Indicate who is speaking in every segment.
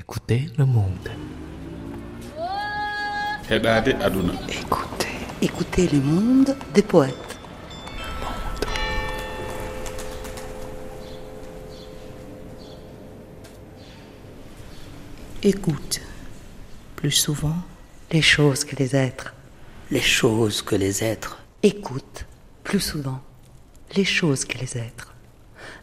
Speaker 1: Écoutez le monde.
Speaker 2: Edade Aduna.
Speaker 3: Écoutez, écoutez le monde des poètes.
Speaker 4: Écoute, plus souvent,
Speaker 3: Les choses que les êtres.
Speaker 5: les choses que les êtres.
Speaker 3: Écoute, plus souvent, les choses que les êtres.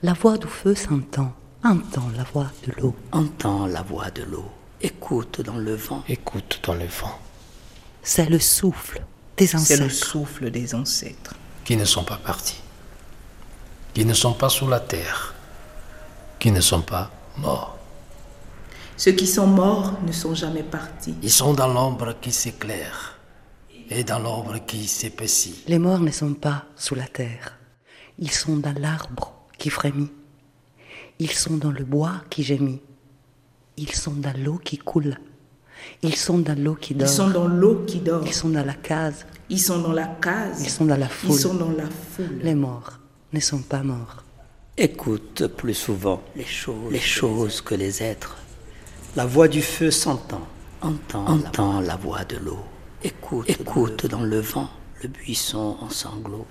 Speaker 3: La voix du feu s'entend, entend la voix de l'eau.
Speaker 5: Entends la voix de l'eau, écoute dans le vent.
Speaker 6: Écoute dans le vent,
Speaker 3: C'est le souffle des
Speaker 4: c'est le
Speaker 3: ancêtres.
Speaker 4: souffle des ancêtres.
Speaker 6: qui ne sont pas partis, qui ne sont pas sous la terre, qui ne sont pas morts.
Speaker 4: Ceux qui sont morts ne sont jamais partis.
Speaker 6: Ils sont dans l'ombre qui s'éclaire et dans l'ombre qui s'épaissit.
Speaker 3: Les morts ne sont pas sous la terre. Ils sont dans l'arbre qui frémit. Ils sont dans le bois qui gémit. Ils sont dans l'eau qui coule. Ils sont dans l'eau qui
Speaker 4: Ils
Speaker 3: dort.
Speaker 4: sont dans l'eau qui dort.
Speaker 3: Ils sont dans la case.
Speaker 4: Ils sont dans la case.
Speaker 3: Ils sont dans la foule.
Speaker 4: Ils sont dans la foule.
Speaker 3: Les morts ne sont pas morts.
Speaker 5: Écoute plus souvent les choses, les choses que les êtres. La voix du feu s'entend, entends, entends la voix de l'eau. Écoute, écoute dans le vent, le buisson en sanglots.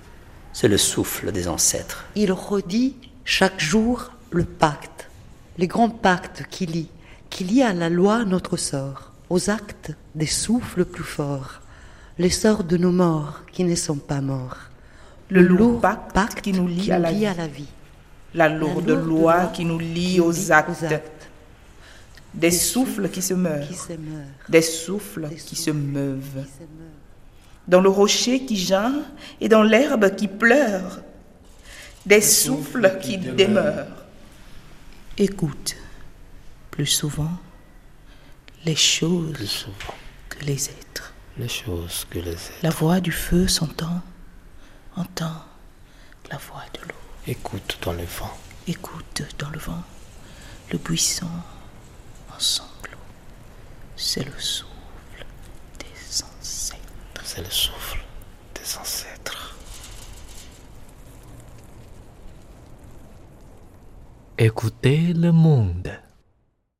Speaker 5: C'est le souffle des ancêtres.
Speaker 3: Il redit chaque jour le pacte, les grands pactes qui lient, qui lient à la loi notre sort, aux actes des souffles plus forts, les sorts de nos morts qui ne sont pas morts,
Speaker 4: Le lourd
Speaker 3: lourd
Speaker 4: pacte qui nous lie à la vie. La lourde,
Speaker 3: La lourde
Speaker 4: loi,
Speaker 3: loi
Speaker 4: qui nous lie
Speaker 3: qui
Speaker 4: aux,
Speaker 3: lie
Speaker 4: actes.
Speaker 3: aux actes
Speaker 4: Des souffles qui se meurent.
Speaker 3: qui se meurent,
Speaker 4: Des souffles
Speaker 3: Des
Speaker 4: qui
Speaker 3: souffles
Speaker 4: se meuvent.
Speaker 3: qui se meurent,
Speaker 4: Dans le rocher qui geint et dans l'herbe qui pleure. Des souffles qui demeurent. Écoute, plus souvent, les
Speaker 6: Plus
Speaker 4: choses
Speaker 6: souvent,
Speaker 4: que les êtres.
Speaker 6: les choses que les êtres.
Speaker 4: La voix du feu s'entend, entend la voix de l'eau.
Speaker 6: Écoute dans le vent,
Speaker 4: Écoute dans le vent le buisson en sanglots. C'est le souffle des ancêtres.
Speaker 6: c'est le souffle des ancêtres.
Speaker 1: Écoutez le monde.